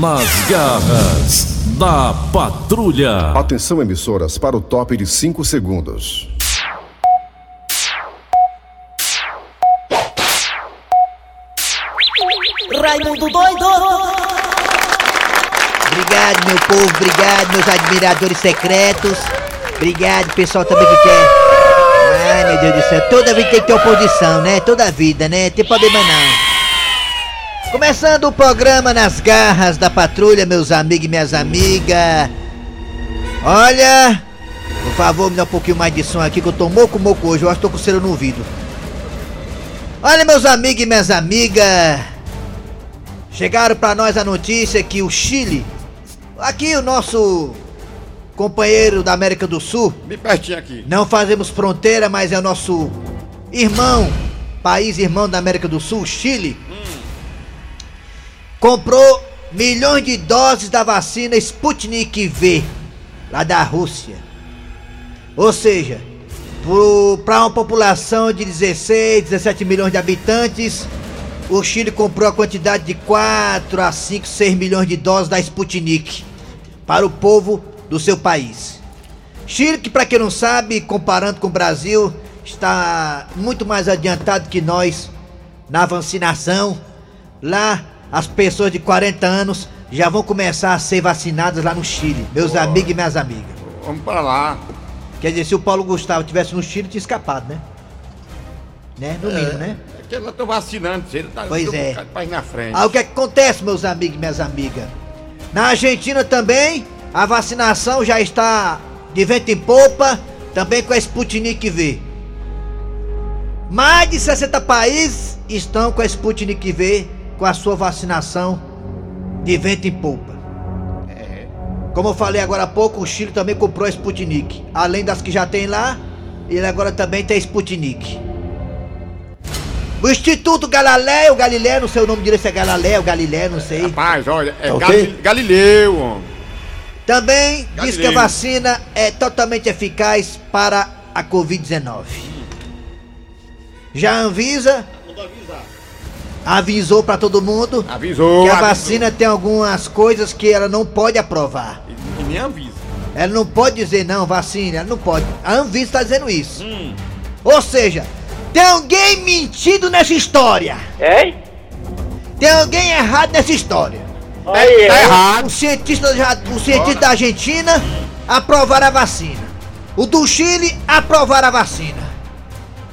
Nas garras da patrulha. Atenção, emissoras, para o top de 5 segundos. Raimundo doido! Obrigado, meu povo, obrigado, meus admiradores secretos. Obrigado, pessoal também que quer. Ai, meu Deus do céu, toda vida tem que ter oposição, né? Toda vida, né? Tem problema não. Começando o programa nas garras da patrulha, meus amigos e minhas amigas. Olha, por favor, me dá um pouquinho mais de som aqui que eu tô moco-moco hoje, eu acho que tô com cera no ouvido. Olha, meus amigos e minhas amigas. Chegaram para nós a notícia que o Chile, aqui o nosso companheiro da América do Sul, Bem pertinho aqui. não fazemos fronteira, mas é o nosso irmão, país irmão da América do Sul, Chile, Hum. comprou milhões de doses da vacina Sputnik V, lá da Rússia. Ou seja, para uma população de 16, 17 milhões de habitantes, o Chile comprou a quantidade de 4 a 5, 6 milhões de doses da Sputnik para o povo do seu país. Chile, que para quem não sabe, comparando com o Brasil, está muito mais adiantado que nós na vacinação. Lá, as pessoas de 40 anos já vão começar a ser vacinadas lá no Chile, meus amigos e minhas amigas. Vamos pra lá. Quer dizer, se o Paulo Gustavo tivesse no Chile, tinha escapado, né? Né? No mínimo, né? É que eu não tô vacinando, você tá Pois tem um é. bocado de país na frente. Aí o que, é que acontece, meus amigos e minhas amigas? Na Argentina também, a vacinação já está de vento em popa, também com a Sputnik V. Mais de 60 países estão com a Sputnik V, com a sua vacinação de vento em popa. É. Como eu falei agora há pouco, o Chile também comprou a Sputnik. Além das que já tem lá, ele agora também tem a Sputnik. O Instituto Galileu, Galileu, não sei o nome direito se é Galileu, Galileu, não sei. Rapaz, olha, é Tá ok? Gali- Galileu, homem. Também diz que a Galileu. vacina é totalmente eficaz para a Covid-19. Já a Anvisa avisou para todo mundo Avisou. que a avisou. vacina tem algumas coisas que ela não pode aprovar. E, e nem avisa. Ela não pode dizer não, vacina, ela não pode. A Anvisa está dizendo isso. Ou seja, tem alguém mentido nessa história. Hein? Tem alguém errado nessa história. Olha aí, Tá hein? errado. É, O cientista, já- o cientista da Argentina aprovaram a vacina. O do Chile aprovaram a vacina.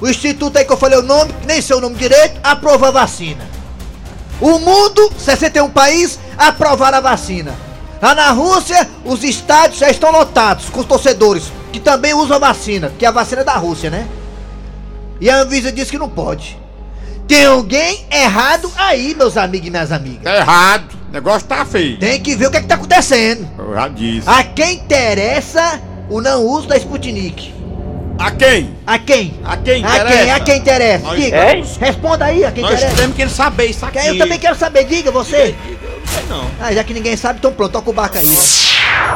O instituto aí que eu falei o nome, que nem sei o nome direito, aprovou a vacina. O mundo, 61 países, aprovaram a vacina. Lá na Rússia, os estádios já estão lotados com os torcedores, que também usam a vacina, que a vacina é da Rússia, né? E a Anvisa disse que não pode. Tem alguém errado aí, meus amigos e minhas amigas. Tá errado. O negócio tá feio. Tem Ah, que ver o que, é que tá acontecendo. Eu já disse. A quem interessa o não uso da Sputnik? A quem? A quem? A A quem quem? interessa? A quem interessa? Nós- Diga. Hein? Responda aí a quem Nós interessa. temos que saber isso aqui. Quer- Eu também quero saber, diga você. Não sei não. Ah, já que ninguém sabe, então pronto, toca o barco aí.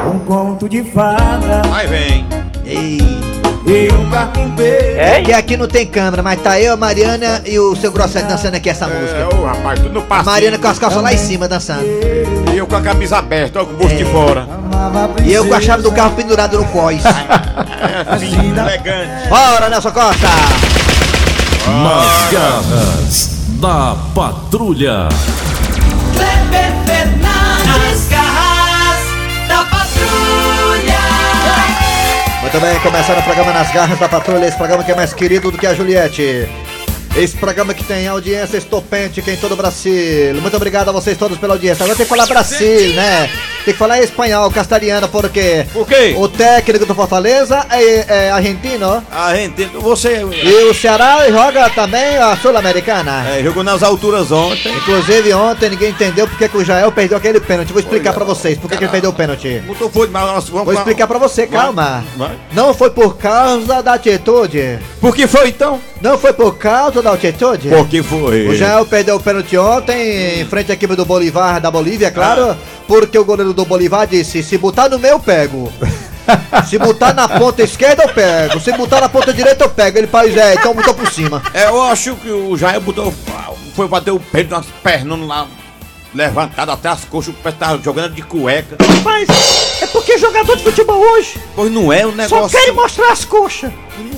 Um conto de fada Aí vem. Ei. e um barquinho beijo. Hein? Que aqui não tem câmera, mas tá eu, a Mariana e o seu Grosset dançando aqui essa É, música. ô rapaz, tu não A passa. Mariana com as calças lá em cima dançando. E eu com a camisa aberta, ó, com o bolso É. de fora. Amava a E eu com a chave do princesa. carro pendurado no cós. É, fino, elegante. Bora, Nelson Costa! Nas garras da patrulha. Kleber Fernandes, garras da patrulha. Muito bem, começando o programa Nas Garras da Patrulha, esse programa que é mais querido do que a Juliette. Esse programa que tem audiência estopêntica em todo o Brasil. Muito obrigado a vocês todos pela audiência. Agora tem que falar Brasil, né? Tem que falar espanhol, castelhano, porque Por quê? o técnico do Fortaleza é, é argentino A gente, você é e o Ceará joga também a Sul-Americana. é, jogou nas alturas ontem, Inclusive ontem ninguém entendeu porque que o Jael perdeu aquele pênalti. Vou explicar pra vocês por que que ele perdeu o pênalti. botou foi, mas nós vamos Vou explicar pra você, Vai, calma. vai. Não foi por causa da atitude. Por que foi então? Não foi por causa da altitude? Por que foi? O Jael perdeu o pênalti ontem em frente à equipe do Bolivar da Ah. Bolívia, claro, porque o goleiro do Bolivar disse: se botar no meu, eu pego. se botar na ponta esquerda, eu pego. Se botar na ponta direita, eu pego. Ele faz, é, então botou por cima. É, eu acho que o Jair botou. Foi bater o peito nas pernas lá. levantado até as coxas, o pessoal tava jogando de cueca. Mas é porque jogador de futebol hoje Pois não é um só negócio. quer mostrar as coxas.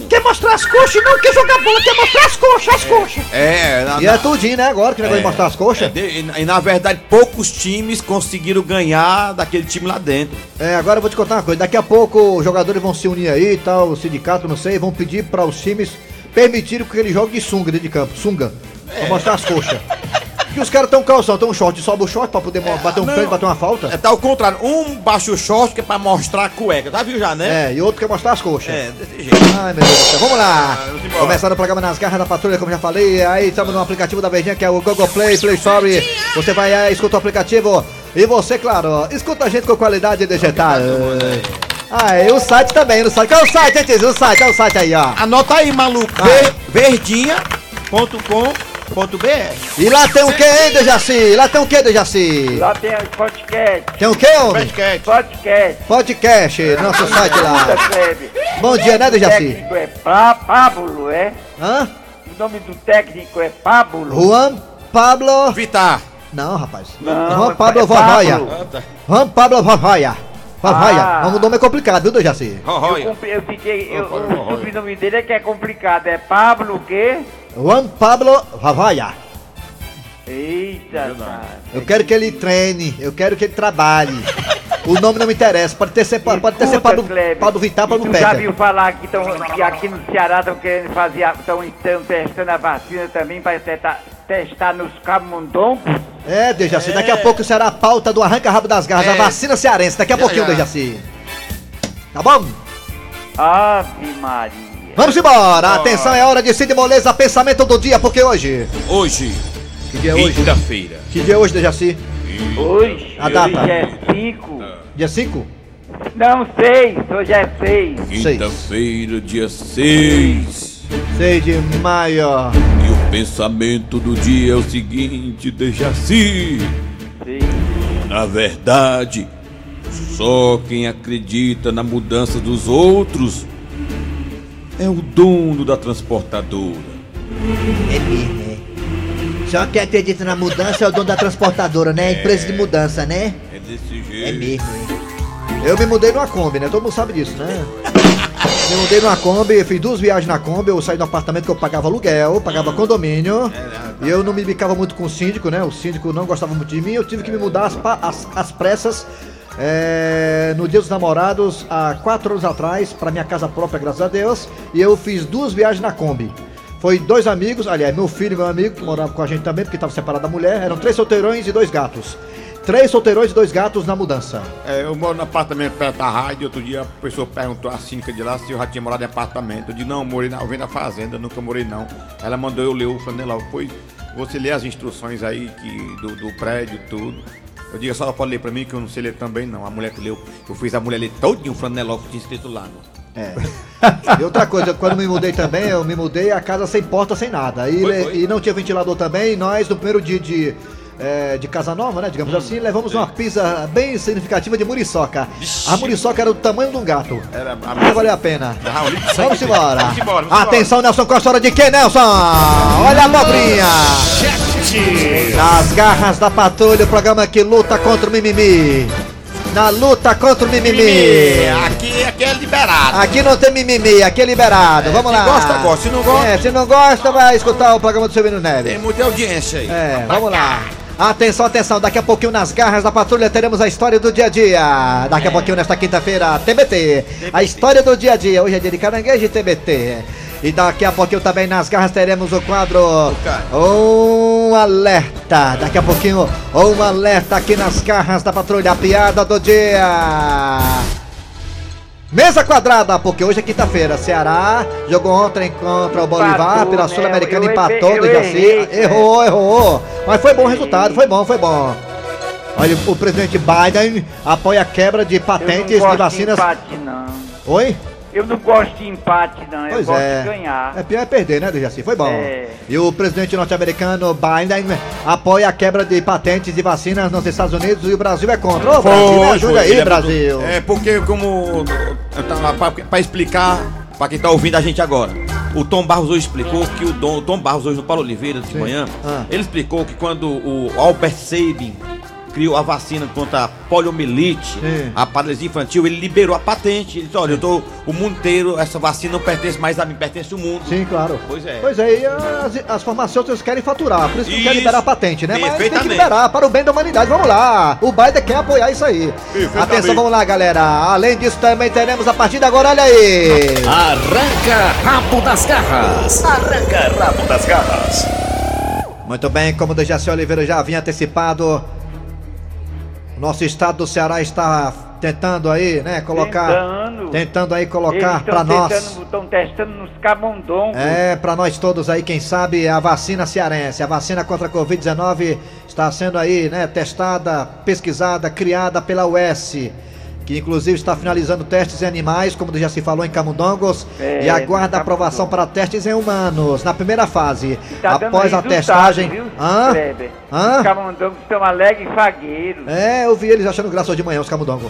Quer mostrar as coxas e não quer jogar bola, quer mostrar as coxas, as coxas. É, na, E é tudinho, né? Agora que É. negócio de mostrar as coxas. de- e, e na verdade poucos times conseguiram ganhar daquele time lá dentro. É, agora eu vou te contar uma coisa. Daqui a pouco os jogadores vão se unir aí e tal, o sindicato, não sei, vão pedir para os times permitirem que ele jogue de sunga dentro de campo. Sunga. Pra mostrar as coxas. Porque os caras tão calção, tão short, sobe o short pra poder mo- bater um Ah, não. canto, bater uma falta. É tá ao contrário, um baixa o short que é pra mostrar a cueca, tá viu já, né? É, e outro quer mostrar as coxas. desse jeito. Ai, meu Deus do céu. Vamos lá. vamos embora. Começando o programa nas garras da patrulha, como já falei. Aí estamos no aplicativo da Verdinha, que é o Google Play, Play Store. Você vai aí, escuta o aplicativo. E você, claro, escuta a gente com qualidade digital. Ah, e o site também, no site. Qual é o site, gente? O site, é o site aí, ó. Anota aí, maluco. Vai. Ver- Verdinha.com.br E lá tem o que, hein, Dejaci? Lá tem um o que, Dejaci? Lá tem podcast, Tem o que, homem? podcast, Podcast, nosso site lá. percebe? Bom dia, né, Dejaci? técnico é Pá- Pablo, é? Hã? O nome do técnico é Pablo. Juan Pablo... Vitar. Não, rapaz. Não, Juan é Pablo Pa- é Vavaia. Pablo. Juan Pablo Vavaia. Vavaia. Ah. Não, O nome é complicado, viu, Dejaci? Eu, compre- eu fiquei. eu- o sobrenome dele é que é complicado. É Pablo o quê? Juan Pablo Vavaia. Eita, cara. Eu quero que ele treine, eu quero que ele trabalhe. O nome não me interessa, pode ter ser, pa- pode ter ser Escuta, Pablo, Kleber, Pablo Vittar, e Pablo Tu já Peter. viu falar que, tão, que aqui no Ceará estão querendo fazer. Estão testando a vacina também para testar, testar nos camundongos? É, Dejaci, daqui a pouco será a pauta do arranca-rabo das É. garras, da vacina cearense. Daqui a pouquinho, Dejaci. Tá bom? Ave Maria. Vamos embora. Atenção, é hora de Cid Moleza, pensamento do dia, porque hoje... Hoje, Que dia é hoje? quinta-feira. Que dia é hoje, Dejaci? Hoje, A data. hoje é 5. Dia 5? Não, 6. Hoje é 6. Seis. Quinta-feira, dia 6. 6 de maio. E o pensamento do dia é o seguinte, Dejaci. Na verdade, só quem acredita na mudança dos outros é o dono da transportadora. É mesmo, é. Só quem acredita na mudança é o dono da transportadora, né? Empresa de mudança, né? É desse É jeito. mesmo, é. Eu me mudei numa Kombi, né? Todo mundo sabe disso, né? Me mudei numa Kombi, eu fiz duas viagens na Kombi, eu saí do apartamento que eu pagava aluguel, eu pagava condomínio, e eu não me bicava muito com o síndico, né? O síndico não gostava muito de mim, eu tive que me mudar às, pa- às- às pressas, é, no Dia dos Namorados, há quatro anos atrás, pra minha casa própria, graças a Deus, e eu fiz duas viagens na Kombi. Foi dois amigos, aliás, meu filho e meu amigo, que morava com a gente também, porque tava separado da mulher, eram três solteirões e dois gatos. Três solteirões e dois gatos na mudança. É, eu moro no apartamento perto da rádio. Outro dia a pessoa perguntou a síndica de lá se eu já tinha morado em apartamento. Eu disse, não, eu morei na, eu venho da fazenda, nunca morei não. Ela mandou eu ler o flanelão. Pois, você lê as instruções aí que, do, do prédio, tudo. Eu digo, a senhora pode ler pra mim que eu não sei ler também, não. A mulher que leu, eu fiz a mulher ler todinho o flanelão que tinha escrito lá. Não. É. E outra coisa, quando me mudei também, eu me mudei a casa sem porta, sem nada. E, le- e não tinha ventilador também. E nós, no primeiro dia de, é, de casa nova, né? Hum, Digamos assim, levamos uma pizza bem significativa de muriçoca. A muriçoca era do tamanho de um gato. Era a Não valeu a pena. Dava um litro de sangue Vamos dentro. embora. Vamos embora, vamos Atenção, Nelson Costa, hora de quem, Nelson? Olha a cobrinha! Nas garras da patrulha, o programa que luta contra o mimimi. Na luta contra o mimimi. Aqui, aqui é liberado. Aqui não tem mimimi, aqui é liberado. Vamos lá. gosta, gosta. Se não gosta- É, se não gosta, vai escutar o programa do Silvino Neves. muita audiência aí. É, vamos lá. Atenção, atenção, daqui a pouquinho nas garras da patrulha teremos a história do dia a dia. É. Daqui a pouquinho nesta quinta-feira, TBT. A história do dia a dia. Hoje é dia de caranguejo e TBT. E daqui a pouquinho também nas garras teremos o quadro Um Alerta. Daqui a pouquinho, um alerta aqui nas garras da patrulha. A piada do dia. Mesa quadrada, porque hoje é quinta-feira. Ceará jogou ontem contra o Bolivar Empatou, pela né? Sul-Americana, Eu empatou errei, do eu Jaci. errei, Errou, errou. Mas foi bom o resultado, foi bom, foi bom. Olha, o presidente Biden apoia a quebra de patentes de vacinas. de empate, não. Oi? Eu não gosto de empate, não. eu Pois gosto é. de ganhar. É pior é perder, né, Dejaci? Foi bom. É. E o presidente norte-americano Biden apoia a quebra de patentes de vacinas nos Estados Unidos e o Brasil é contra. Ô, Brasil, me Foi, ajuda foi, ele aí, é Brasil. muito- É porque como eu tava pra, pra explicar pra quem tá ouvindo a gente agora. O Tom Barros hoje explicou que o Dom, o Tom Barros hoje no Paulo Oliveira de manhã, Ah. ele explicou que quando o Albert Sabin criou a vacina contra a poliomielite, Sim. a paralisia infantil, ele liberou a patente. Ele disse, olha, eu tô o mundo inteiro, essa vacina não pertence mais a mim, pertence ao mundo. Sim, claro. Pois é. Pois é, e as, as farmacêuticas querem faturar, por isso que querem Isso. liberar a patente, né? Mas tem que Perfeitamente. liberar para o bem da humanidade. Vamos lá. O Biden quer apoiar isso aí. Perfeitamente. Atenção, vamos lá, galera. Além disso, também teremos a partir de agora, olha aí. Arranca rabo das garras. Arranca rabo das garras. Muito bem, como o Dejaci Oliveira já havia antecipado, o nosso estado do Ceará está tentando aí, né, colocar. Tentando. tentando aí colocar Eles para nós. Estão testando nos camundongos. É, pra nós todos aí, quem sabe, a vacina cearense, a vacina contra a Covid-19 está sendo aí, né, testada, pesquisada, criada pela US, que inclusive está finalizando testes em animais, como já se falou em camundongos, É, e aguarda tá aprovação bom. para testes em humanos, na primeira fase. Tá dando Após a resultado, testagem... Viu, É, Hã? Kleber? Hã? Os camundongos estão alegres e fagueiros. É, eu vi eles achando graça hoje de manhã, os camundongos.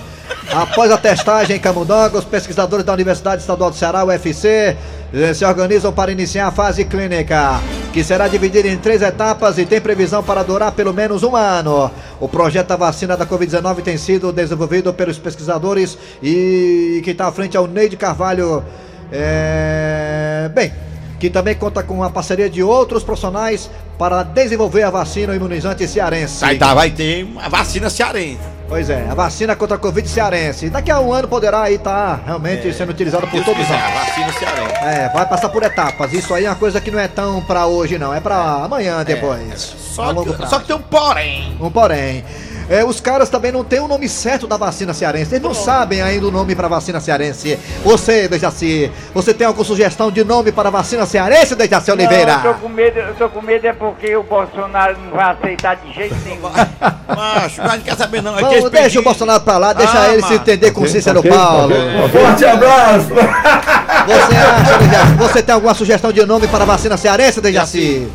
Após a testagem em camundongos, pesquisadores da Universidade Estadual do Ceará, UFC, eh, se organizam para iniciar a fase clínica, que será dividida em três etapas e tem previsão para durar pelo menos um ano. O projeto da vacina da Covid-19 tem sido desenvolvido pelos pesquisadores e quem está à frente é o Neide Carvalho. É... Bem, que também conta com a parceria de outros profissionais para desenvolver a vacina imunizante cearense. Aí tá, vai ter uma vacina cearense. Pois é, a vacina contra a Covid cearense. Daqui a um ano poderá aí estar realmente sendo utilizada por É, Deus todos quiser, nós. a vacina cearense. É, vai passar por etapas. Isso aí é uma coisa que não é tão pra hoje, não. É pra amanhã, depois. A é. Só longo que, prazo. só que tem um porém. Um porém. É, os caras também não têm o nome certo da vacina cearense. Eles não sabem ainda o nome para vacina cearense. Você, Dejaci, você tem alguma sugestão de nome para vacina cearense, Dejaci Oliveira? Não, eu tô com medo, eu tô com medo é porque o Bolsonaro não vai aceitar de jeito nenhum. Macho, mas não quer saber não. É que Vamos, eles deixa o pediram. Bolsonaro pra lá, deixa Ah, ele se mano. entender com Cícero Paulo. Forte abraço! Você acha, Dejaci, você tem alguma sugestão de nome para a vacina cearense, Dejaci?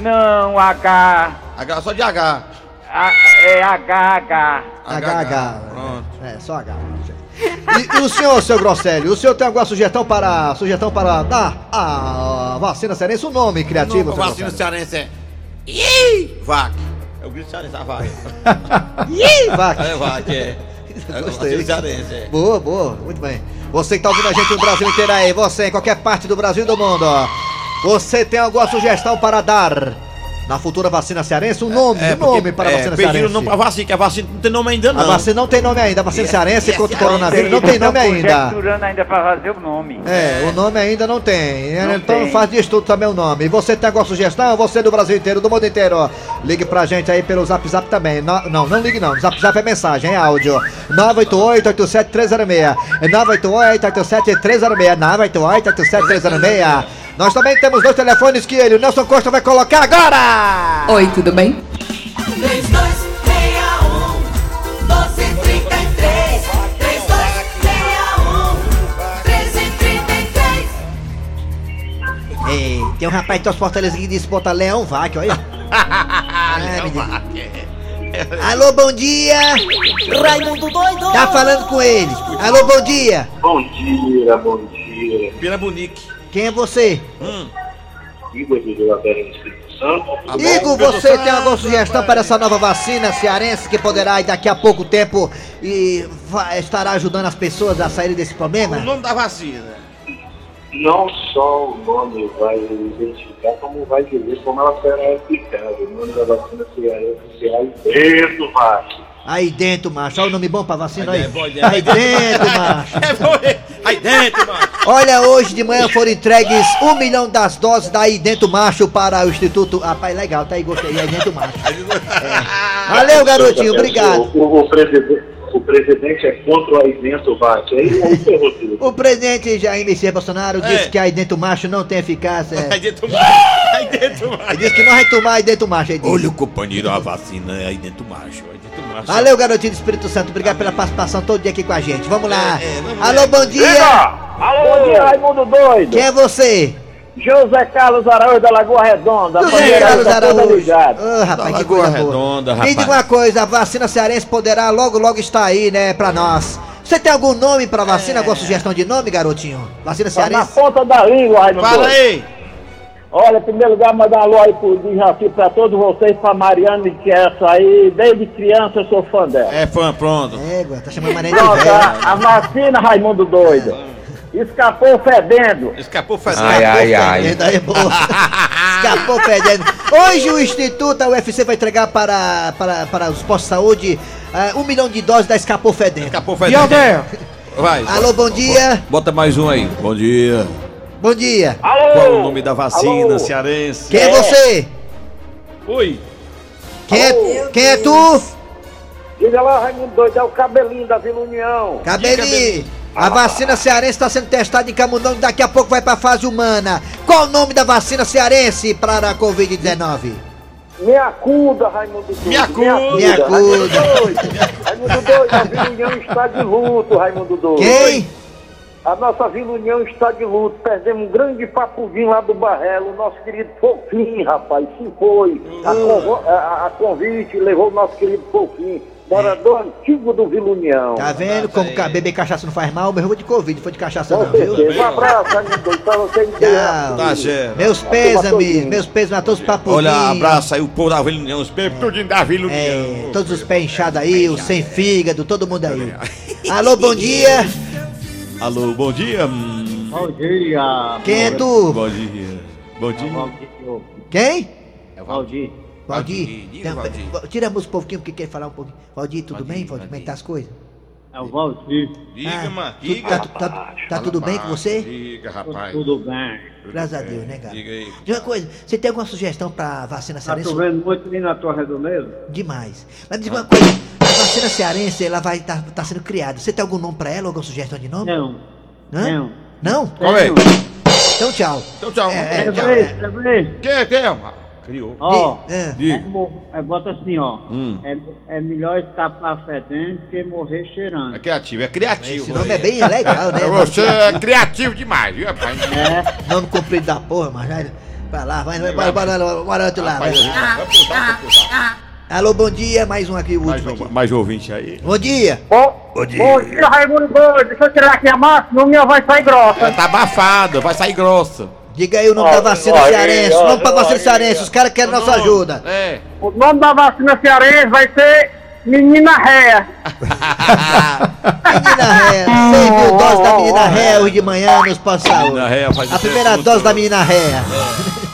Não, H. H, é só de H. A, é Ah, HH. HH. Pronto. É, só H. E, e o senhor, seu Grosselio, o senhor tem alguma sugestão para sugestão para dar a vacina cearense um nome criativo? Não, seu vacina Grosselio? cearense é. Ih! Vac. É o grito cearense, a vaca. É Vai. vac, é. É o Gostei. vacina cearense, é. Boa, boa, muito bem. Você que tá ouvindo a gente no Brasil inteiro aí, você em qualquer parte do Brasil e do mundo, ó. Você tem alguma sugestão para dar na futura vacina cearense? É, Um nome, um nome para a vacina pediram cearense. é, não pra vacina, que a vacina não tem nome ainda não. A vacina não tem nome ainda, a vacina É, cearense é contra o cearense. coronavírus não tem Eles tão nome ainda. conjecturando ainda pra fazer o nome. É, o nome ainda não tem. Não então tem. faz de estudo também o nome. E você tem alguma sugestão? Você é do Brasil inteiro, do mundo inteiro, ó. Ligue pra gente aí pelo Zap Zap também. No- não, não ligue não. Zap Zap é mensagem, é áudio. 988-87306. É 988-87306. 988-87306. Nós também temos dois telefones que ele, o Nelson Costa, vai colocar agora! Oi, tudo bem? 3261 1233 3261 1333 Ei, tem um rapaz de tuas fortalezas que disse botar Leão Vac, olha. é, menino. Alô, bom dia! Raimundo doido! Tá falando com ele. Alô, bom dia! Bom dia, bom dia. Pira Bonique. Quem é você? Hum. Igor de Vila Velha do Espírito Santo. Tá bom, Pedro Igor, você tem Santos, alguma sugestão rapaz. para essa nova vacina cearense que poderá ir daqui a pouco tempo e va- estará ajudando as pessoas a saírem desse O problema? nome da vacina. Não só o nome vai identificar, como vai dizer como ela será aplicada. O nome da vacina será oficial dentro, Vasco. Aí dentro, macho. Olha o nome bom pra vacina aí. Aí é dentro, boy, Aí dentro, macho. É, foi. Aí dentro, mano. Olha, hoje de manhã foram entregues um milhão das doses da Aí Dentro Macho para o Instituto. Rapaz, legal, tá aí, gostei. Aí Dentro Macho. É. Valeu, garotinho, obrigado. O, o, presidente, o presidente é contra o É Aidento Vasco. Aí, aí ferrou tudo. O presidente Jair Messias Bolsonaro disse É. que Aí Dentro Macho não tem eficácia. é. Aí dentro, macho. Aí dentro, Ele macho. disse que não vai tomar Aí Dentro Macho. Ele disse. Olha o companheiro, a vacina é aí dentro macho. Aí dentro macho. Valeu, garotinho do Espírito Santo. Obrigado pela participação todo dia aqui com a gente. Vamos lá. É, é, vamos Alô, lá. bom dia. Alô, bom dia, Raimundo Doido. Quem é você? José Carlos Araújo da Lagoa Redonda. José Carlos tá Araújo. Ô, rapaz, que Lagoa coisa boa. Tá Redonda, Me rapaz. diga uma coisa, a vacina cearense poderá logo, logo estar aí, né, pra nós. Você tem algum nome pra É. vacina? Alguma sugestão de nome, garotinho? Vacina Tá na cearense? ponta da língua, Raimundo. Fala Doido. aí. Olha, em primeiro lugar, mandar um alô aí pro Dijaci, pra todos vocês, pra Mariane, que é essa aí, desde criança eu sou fã dela. É fã, pronto. Égua, tá chamando É, Mariana de Pronto, velho. a, a vacina, Raimundo doido. Escapou fedendo. Escapou fedendo. Escapou fedendo, aí, é boa. Escapou fedendo. é Hoje o Instituto, a UFC, vai entregar para, para, para os postos de saúde ah, um milhão de doses da Escapou Fedendo. Escapou Fedendo. Vai. Alô, bom dia. Bota mais um aí. Bom dia. Bom dia. Qual é o nome da vacina cearense? Quem é você? Oi. Quem é, quem é tu? Diga lá, Raimundo Doido, é o cabelinho da Vila União. Cabelinho. A vacina cearense está sendo testada em Camundão e daqui a pouco vai para fase humana. Qual o nome da vacina cearense para a Covid-19? Me acuda, Raimundo Doido. Me acuda. Me acuda. Me acuda. Raimundo Doido. Raimundo Doido, a Vila União está de luto, Raimundo Doido. Quem? A nossa Vila União está de luto. Perdemos um grande papuzinho lá do Barrelo, o nosso querido Fofinho, rapaz, se foi. A, Hum. convo- a- a convite levou o nosso querido Fofinho, morador antigo do Vila União. Hum. Tá vendo como ca- beber cachaça não faz mal? Meu irmão de Covid, foi de cachaça Com não, viu? certeza. Um abraço, Raimundo Doido, pra você me Tchau. Tá É. Meus pêsames, meus pêsames a todos os papulinhos. Olha, abraça aí o povo da Vila União, os pepudinhos da Vila União. É, Todos os pés inchados aí, os sem fígado, todo mundo aí. Alô, bom dia. Alô, bom dia. um Bom dia. Quem é tu? Bom dia. Bom dia. Quem? É o Valdir. Valdir. Tem- Va- Tira a música um pouquinho, porque quer falar um pouquinho. Valdir, tudo bem? Valdir, como é que tá as coisas? É o Valdir. Diga, mano, diga. Tá, tu- tá- tá Fala tudo bem com baixo, você? Diga, rapaz. Tudo bem. Graças a Deus, né, cara? Diga aí. Diga uma coisa, você tem alguma sugestão pra vacina Tá cearense? chovendo muito ali na tua redondeza? Demais. Mas diga uma coisa, a vacina cearense, ela vai estar tá, tá sendo criada. Você tem algum nome pra ela, alguma sugestão de nome? Não. Hã? Não. Não? Qual é? Então tchau. Então tchau. É, é, Quer tchau. ver? Quer ver? Quem? é, Quem? Criou. Ó, É. é mo- é, bota assim, ó. Hum. É, é melhor escapar fedendo que morrer cheirando. É criativo, é criativo. Esse nome é bem legal, né? Você é criativo demais, viu, rapaz? É. Nome comprido da porra, mas vai, vai lá, vai, vai, vai, vai, vai, vai, vai, outro lá. vai. Alô, bom dia, mais um aqui, o último aqui. Mais um ouvinte aí. Bom dia. Bom, Bom dia, Raimundo Doido. Deixa eu tirar aqui a massa, não minha vai sair grossa. Tá abafado, vai sair grossa. Diga aí o nome da vacina olha, cearense, o olha, nome pra vacina olha. cearense, os caras querem nossa ajuda. É. O nome da vacina cearense vai ser Menina Réia. Menina ré, 100 mil doses da menina ré hoje de manhã nos passados. Menina ré, faz É. A isso primeira tudo. dose da menina ré.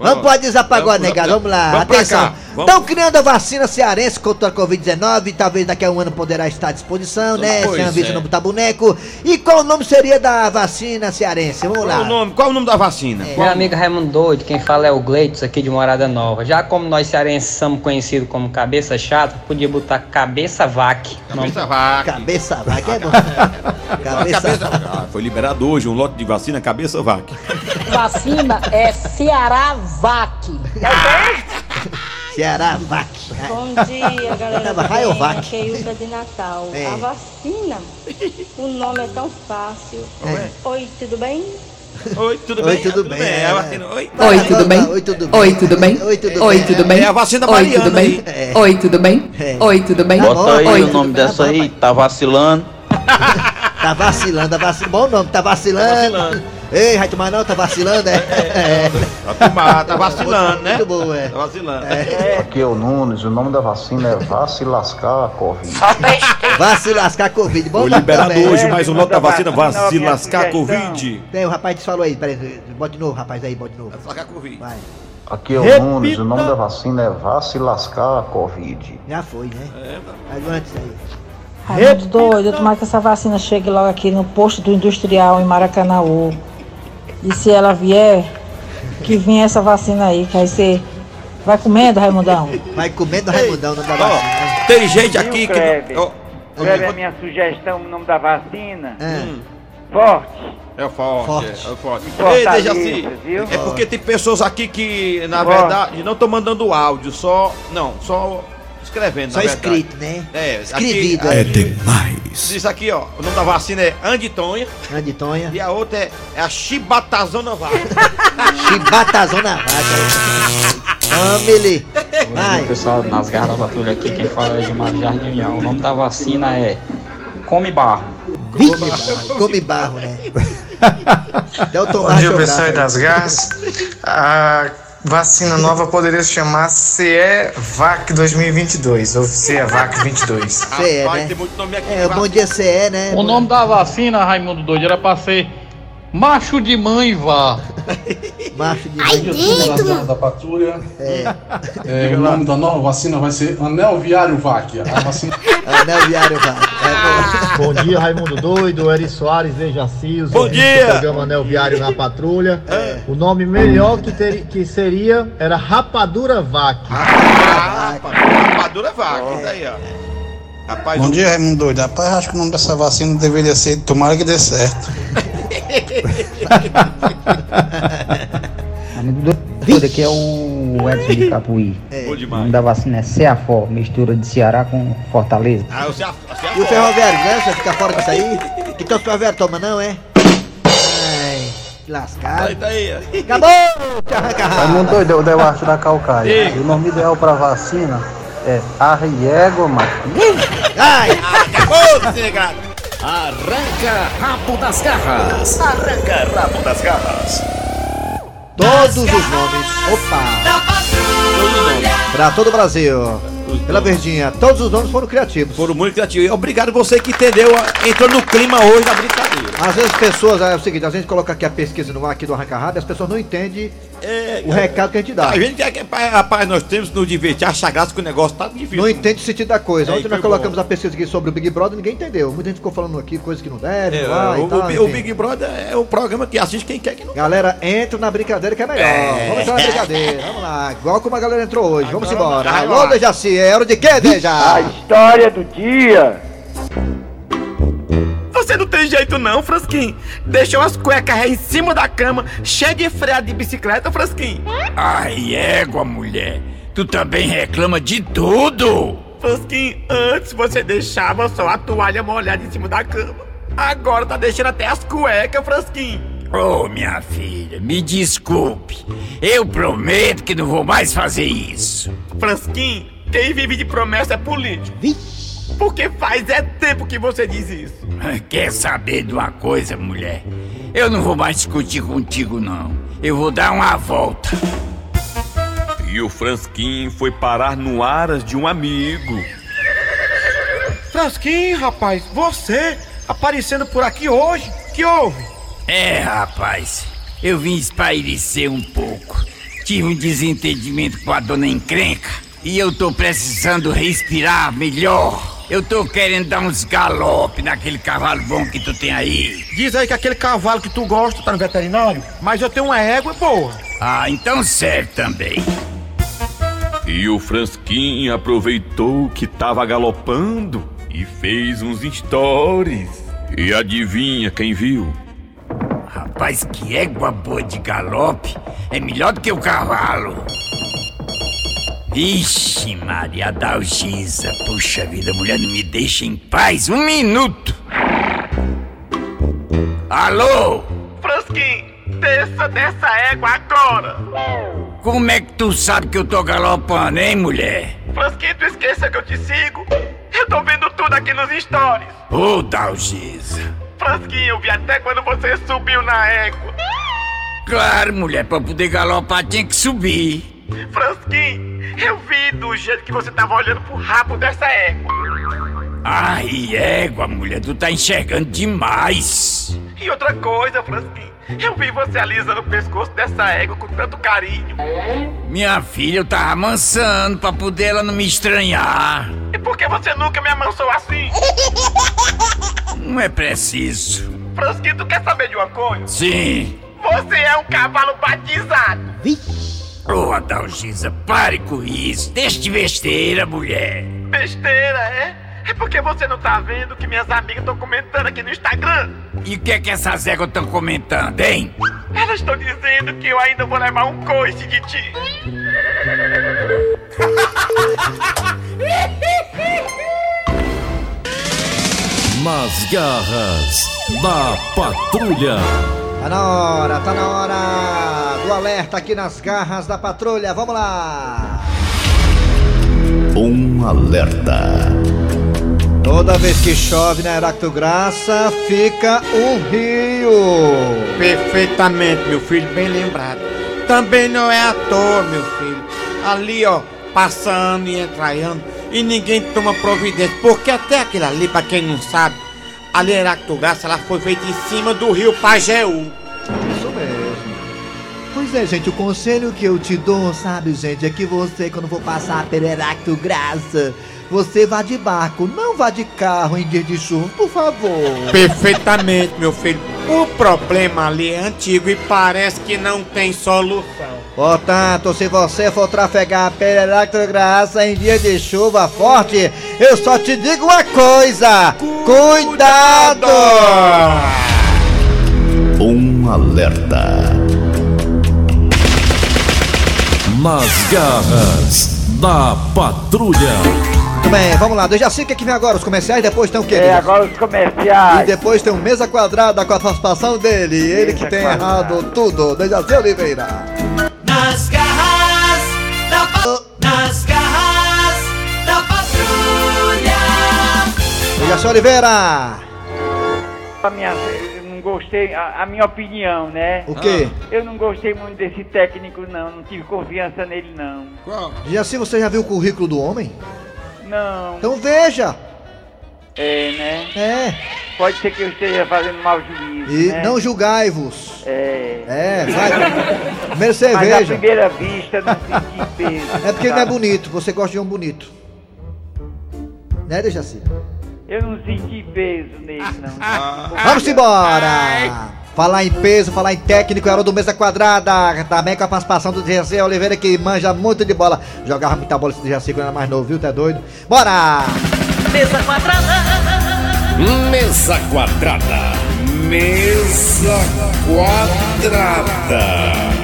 Vamos pro WhatsApp agora, negado. Vamos lá, Vamos pra atenção. cá, vamos. Estão criando a vacina cearense contra a Covid-19. Talvez daqui a um ano poderá estar à disposição, né? Pois Se a Anvisa é. não botar boneco. E qual o nome seria da vacina cearense? Vamos Qual o lá. nome? Qual o nome da vacina? É. Meu amigo Raimundo Doido, quem fala é o Gleitos aqui de Morada Nova. Já como nós cearenses somos conhecidos como cabeça chata, podia botar cabeça vac. Cabeça vac. Cabeça vac é bom. Cabeça, Ah, foi liberado hoje um lote de vacina cabeça vaca. Vacina é Cearavac. Cearavac. Bom dia, galera. Tava do bem, Raiovac. Aqui é Ilva de Natal. É. A vacina, o nome é tão fácil. Oi, tudo bem? Oi, tudo Oi, tudo bem. né? É, a vacina. Oi, tudo bem? Oi, tudo bem? Oi, tudo bem? Oi, tudo bem? Oi, tudo bem? É a vacina Oi, tudo Mariana bem? aí. Oi, tudo bem? É. Oi, tudo bem? Bota aí Oi, o nome dessa aí, tá vacilando. Tá vacilando, tá vacilando. Bom nome, tá vacilando. Ei, vai tomar não, tá vacilando, é? é. Tá tomar, tá vacilando, né? Muito bom, é. Tá vacilando. Aqui é o Nunes, o nome da vacina é Vá se lascar, Covid. Vai se lascar Covid. Bom Foi nome liberado também. né? hoje mais um lote da vacina. Vá se lascar Covid. Tem, o rapaz desfalou aí, peraí. Bota de novo, rapaz, aí, bota de novo. Vai é Covid. Vai. Aqui é o Repita. Nunes, o nome da vacina é Vá se lascar, Covid. Já foi, né? Mas antes aí. Raimundo Doido, tomara que essa vacina chegue logo aqui no posto do industrial em Maracanaú. E se ela vier, que venha essa vacina aí, que aí você vai comendo, Raimundão. Vai comendo Raimundão, não dá né? vacina. Tem gente E aqui o que. Kleber? Ó, Kleber, a minha sugestão no nome da vacina. Hum. Forte. É forte, Forte. é, é forte. Fortaleza, Ei, Dejaci, viu? é porque tem pessoas aqui que, na Forte. verdade, não estão mandando áudio, só. Não, só escrevendo. Só na verdade. escrito, né? É, Escrevido, aqui, é. aqui- Isso aqui, ó. O nome da vacina é Anditonha. Anditonha. E a outra é, é a Chibatazona Vaca. Chibatazão na vaca. Family. Pessoal, nas garras da patrulha aqui, quem fala é de Jardim. O nome da vacina é Come barro. Vixe, barro, come barro, né? Até o Bom Tomás dia, Jobral. pessoal aí das garras. A vacina nova poderia se chamar CEVAC 2022, ou CEVAC 22. CE, né? É, o bom dia CE, né? O nome da vacina, Raimundo Doido, era pra ser Macho de Mãe Vá. Macho de da patrulha. É. É, o nome da nova vacina vai ser Anel Viário Váquia. A vacina... Anel É, né, Viário É, Váquia. Bom dia, Raimundo Doido, Eri Soares, Dejaci, os Bom ouvintes dia! do programa Anel Viário na Patrulha. O nome melhor que, ter- que seria era Rapadura Vaca. Armadura é vaca, isso aí, ó. Rapaz, Bom o- dia, Raimundo Doido. Rapaz, acho que o nome dessa vacina deveria ser Tomara que dê certo. Amigo doido, aqui é o Edson de Capuí. Bom O nome da vacina é Ceafó, mistura de Ceará com Fortaleza. Ah, você af- você E o af- ferroviário, né? Você fica fora disso aí? Que que o ferroviário toma, não, é? Ai, que lascado. Tá aí, ó. Acabou! Te arranca a raba. Raimundo Doido, eu debaixo da calcaia. Diga. O nome ideal pra vacina é Arriego Ai! Acabou, desligado! Arranca rabo das garras! Arranca rabo das garras! Todos os nomes. Opa! Pra todo o Brasil. Pela Verdinha, todos os nomes foram criativos. Foram muito criativos. E Obrigado você que entendeu, a- entrou no clima hoje da brincadeira. Às vezes as pessoas, é o seguinte, às vezes coloca aqui a pesquisa no ar aqui do Arranca Rabo e as pessoas não entendem o recado que a gente dá. A gente quer que, rapaz, nós temos que nos divertir, achar graça que o negócio tá difícil. Não entende o sentido da coisa. É, Ontem e nós foi colocamos a pesquisa aqui sobre o Big Brother, ninguém entendeu. Muita gente ficou falando aqui coisas que não deve, É, lá o, e tal, o Bi- enfim. o Big Brother é o programa que assiste quem quer que não. Galera, entra na brincadeira que é melhor. É. Vamos entrar na brincadeira. Vamos lá. Igual como a galera entrou hoje. Vamos embora. vai Alô, lá. Dejaci. É hora de quê, Deja? A história do dia. Você não tem jeito não, Frasquinho. Deixou as cuecas aí em cima da cama, cheia de freada de bicicleta, Frasquinho. Ai, égua, mulher. Tu também reclama de tudo. Frasquinho, antes você deixava só a toalha molhada em cima da cama. Agora tá deixando até as cuecas, Frasquinho. Ô, minha filha, me desculpe. Eu prometo que não vou mais fazer isso. Frasquinho, quem vive de promessa é político. Porque faz é tempo que você diz isso. Quer saber de uma coisa, mulher? Eu não vou mais discutir contigo, não. Eu vou dar uma volta. E o Fransquim foi parar no aras de um amigo. Frasquinho, rapaz, você aparecendo por aqui hoje, que houve? É, rapaz, eu vim espairecer um pouco. Tive um desentendimento com a dona encrenca e eu tô precisando respirar melhor. Eu tô querendo dar uns galope naquele cavalo bom que tu tem aí. Diz aí que aquele cavalo que tu gosta tá no veterinário, mas eu tenho uma égua boa. Ah, então serve também. E o Fransquim aproveitou que tava galopando e fez uns stories. E adivinha quem viu? Rapaz, que égua boa de galope é melhor do que o cavalo. Ixi, Maria Dalgisa, puxa vida, a mulher não me deixa em paz um minuto. Alô? Frasquinho, desça dessa égua agora. Como é que tu sabe que eu tô galopando, hein, mulher? Frasquinho, tu esqueça que eu te sigo. Eu tô vendo tudo aqui nos stories. Ô, Dalgisa. Frasquinho, eu vi até quando você subiu na égua. Claro, mulher, pra poder galopar tinha que subir. Frasquinho, eu vi do jeito que você tava olhando pro rabo dessa égua. Ai, égua, mulher, tu tá enxergando demais. E outra coisa, Frasquinho, eu vi você alisando o pescoço dessa égua com tanto carinho. Minha filha, eu tava amansando pra poder ela não me estranhar. E por que você nunca me amansou assim? Não é preciso. Frasquinho, tu quer saber de uma coisa? Sim. Você é um cavalo batizado. Ô, Adalgisa, pare com isso. Deixa de besteira, mulher. Besteira, é? É porque você não tá vendo o que minhas amigas estão comentando aqui no Instagram? E o que é que essas éguas estão comentando, hein? Elas estão dizendo que eu ainda vou levar um coice de ti. Nas garras da patrulha. Tá na hora, tá na hora do alerta aqui nas garras da patrulha. Vamos lá. Um alerta. Ô Toda vez que chove na Heractograça, fica o rio. Perfeitamente, meu filho, bem lembrado. Também não é à toa, meu filho. Ali, ó, passando e entraiando, e ninguém toma providência, porque até aquilo ali, pra quem não sabe, ali a Heractograça, ela foi feita em cima do rio Pajeú. Isso mesmo. Pois é, gente, o conselho que eu te dou, sabe, gente, é que você, quando for passar pelo Heractograça, você vá de barco, não vá de carro em dia de chuva, por favor. Perfeitamente, meu filho. O problema ali é antigo e parece que não tem solução. Portanto, se você for trafegar pela Eletrográcia em dia de chuva forte, eu só te digo uma coisa: cuidado! Um alerta. Nas garras da patrulha. Muito bem, vamos lá. Eu já sei o que, é que vem agora. Os comerciais depois estão o quê? É, Guilherme? agora os comerciais. E depois tem o Mesa Quadrada com a participação dele. Ele que tem errado tudo. Dejaci Oliveira. Nas garras da pa- Nas garras da patrulha. Dejaci Oliveira. A minha, eu não gostei, a, a minha opinião, né? O quê? Eu não gostei muito desse técnico, não. Não tive confiança nele, não. Qual? Dejaci, você já viu o currículo do homem? Não. Então veja. É, né? É. Pode ser que eu esteja fazendo mau juízo, E né? não julgai-vos. É. É, vai. Primeiro você Mas à veja. primeira vista, não senti peso. É porque ele não é sabe? bonito. Você gosta de um bonito. Né, Dejaci? Eu não senti peso nele, não. Ah. Vamos embora! Falar em peso, falar em técnico, era o do Mesa Quadrada, também com a participação do Dirceu Oliveira, que manja muito de bola. Jogava muita bola esse Dirceu quando era mais novo, viu? Tá doido? Bora! Mesa quadrada. Mesa quadrada. Mesa quadrada.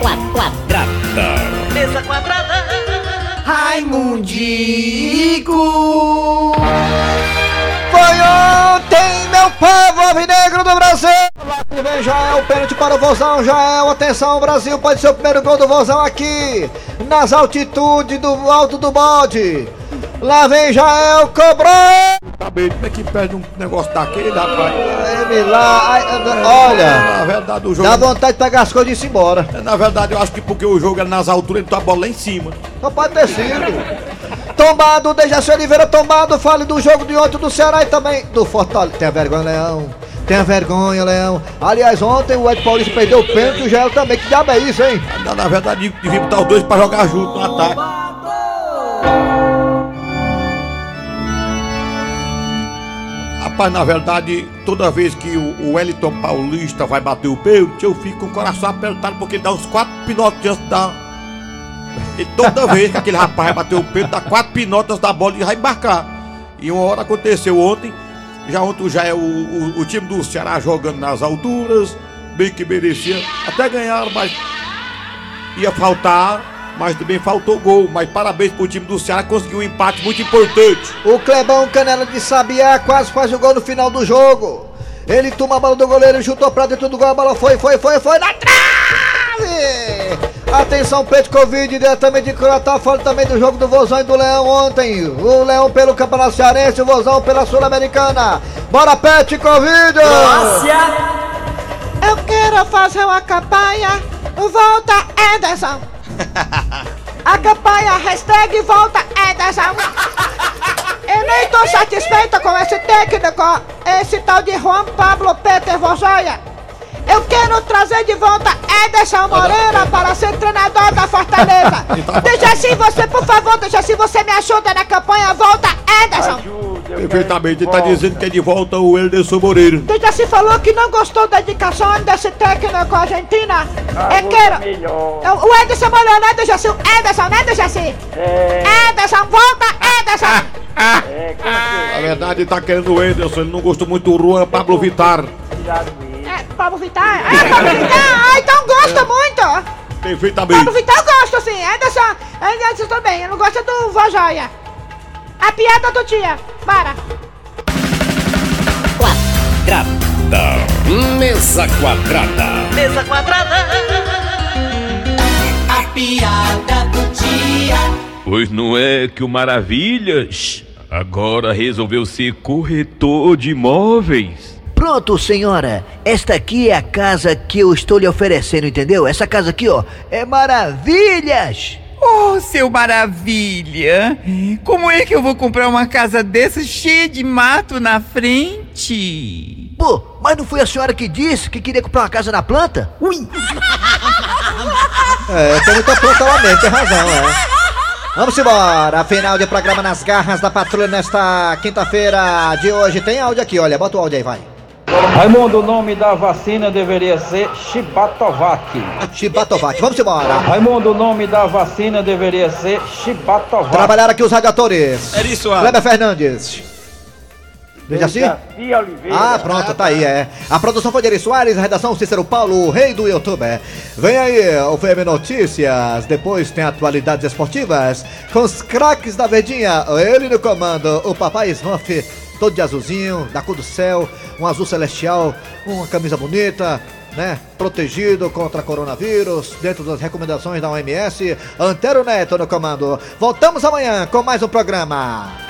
Qua, quadrada. Mesa quadrada. Raimundico. Foi ontem, meu povo alvinegro do Brasil! Lá que vem Jael, pênalti para o Vozão, Jael, atenção, Brasil, pode ser o primeiro gol do Vozão aqui, nas altitudes do alto do bode. Lá vem é Jael, cobrou! Tá bem, como é que perde um negócio daquele, rapaz? Ele lá, ai, Na olha, verdade, o jogo. é- dá vontade de pegar as coisas e ir embora. Na verdade, eu acho que porque o jogo é nas alturas, então a bola lá em cima. Só pode ter sido. Tombado, Dejaci Oliveira tombado. Fale do jogo de ontem do Ceará e também do Fortaleza. Tenha vergonha, Leão. Tenha vergonha, Leão. Aliás, ontem o Ed Paulista perdeu o pênalti e o Jael também. Que diabo é isso, hein? Então, Na, na verdade, devia botar os dois pra jogar junto no ataque. Rapaz, na verdade, toda vez que o, o Wellington Paulista vai bater o pênalti, eu fico com o coração apertado porque ele dá uns quatro pinotes antes da. E toda vez que aquele rapaz vai bater o pênalti, dá quatro pinotas da bola e vai embarcar. E uma hora aconteceu ontem, já ontem já é o, o- o time do Ceará jogando nas alturas, bem que merecia, até ganharam, mas ia faltar, mas também faltou gol. Mas parabéns pro time do Ceará, conseguiu um empate muito importante. O Clebão Canela de Sabiá quase faz o gol no final do jogo. Ele toma a bola do goleiro, chutou pra dentro do gol, a bola foi, foi, foi, foi, na trave! Atenção, Petkovic, diretamente de Croatá, fora também do jogo do Vozão e do Leão ontem. O Leão pelo Campeonato Cearense, o Vozão pela Sul-Americana. Bora, Petkovic! Eu quero fazer uma campanha. Volta Ederson. A campanha hashtag volta Ederson. Eu nem tô satisfeita com esse técnico, esse tal de Juan Pablo Peter Vozoia. Eu quero trazer de volta Ederson é. Moreira para ser treinador da Fortaleza. Então, Deixa assim você, por favor, deixa assim você me ajuda na campanha, volta Ederson. Perfeitamente, ele tá dizendo que é de volta o Elderson Moreira. Tenta se falou que não gostou da indicação desse técnico argentina. é quero. É, O Ederson Moreira, né, Dejaci? O Ederson, né, Dejaci? É. Ederson, volta, Ah. Ederson! é, Na verdade, ele tá querendo o Elderson, ele não gostou muito do Juan Pablo Vittar. É, Pablo Vittar? É, Pablo Vittar? Ah, então gosta muito! Pablo Perfeitamente. Vittar eu gosto, sim. Ederson, Ederson também. Eu não gosto do Vajoia. A piada do dia. Para. Quadrada. Mesa quadrada. Mesa quadrada. A piada do dia. Pois não é que o Maravilhas Agora resolveu ser corretor de imóveis. Pronto, senhora. Esta aqui é a casa que eu estou lhe oferecendo, entendeu? Essa casa aqui, ó, é maravilhas! Oh, seu maravilha! Como é que eu vou comprar uma casa dessa cheia de mato na frente? Pô, mas não foi a senhora que disse que queria comprar uma casa na planta? Ui! É, tem muita planta lá mesmo, tem razão, é. Vamos embora, final de programa nas garras da patrulha nesta quinta-feira de hoje. Tem áudio aqui, olha, bota o áudio aí, vai. Raimundo, o nome da vacina deveria ser Chibatovac. Chibatovac, vamos embora. Raimundo, o nome da vacina deveria ser Chibatovac. Trabalharam aqui os radiadores. É isso, Alan. Kleber Fernandes. Dejaci? Dejaci Oliveira. assim? Ah, pronto, tá aí, é. A produção foi de Eri Soares, a redação Cícero Paulo, o rei do YouTube. Vem aí, o FM Notícias, depois tem atualidades esportivas, com os craques da Verdinha, ele no comando, o papai Snuff, todo de azulzinho, da cor do céu, um azul celestial, uma camisa bonita, né? Protegido contra coronavírus, dentro das recomendações da OMS. Antero Neto no comando. Voltamos amanhã com mais um programa.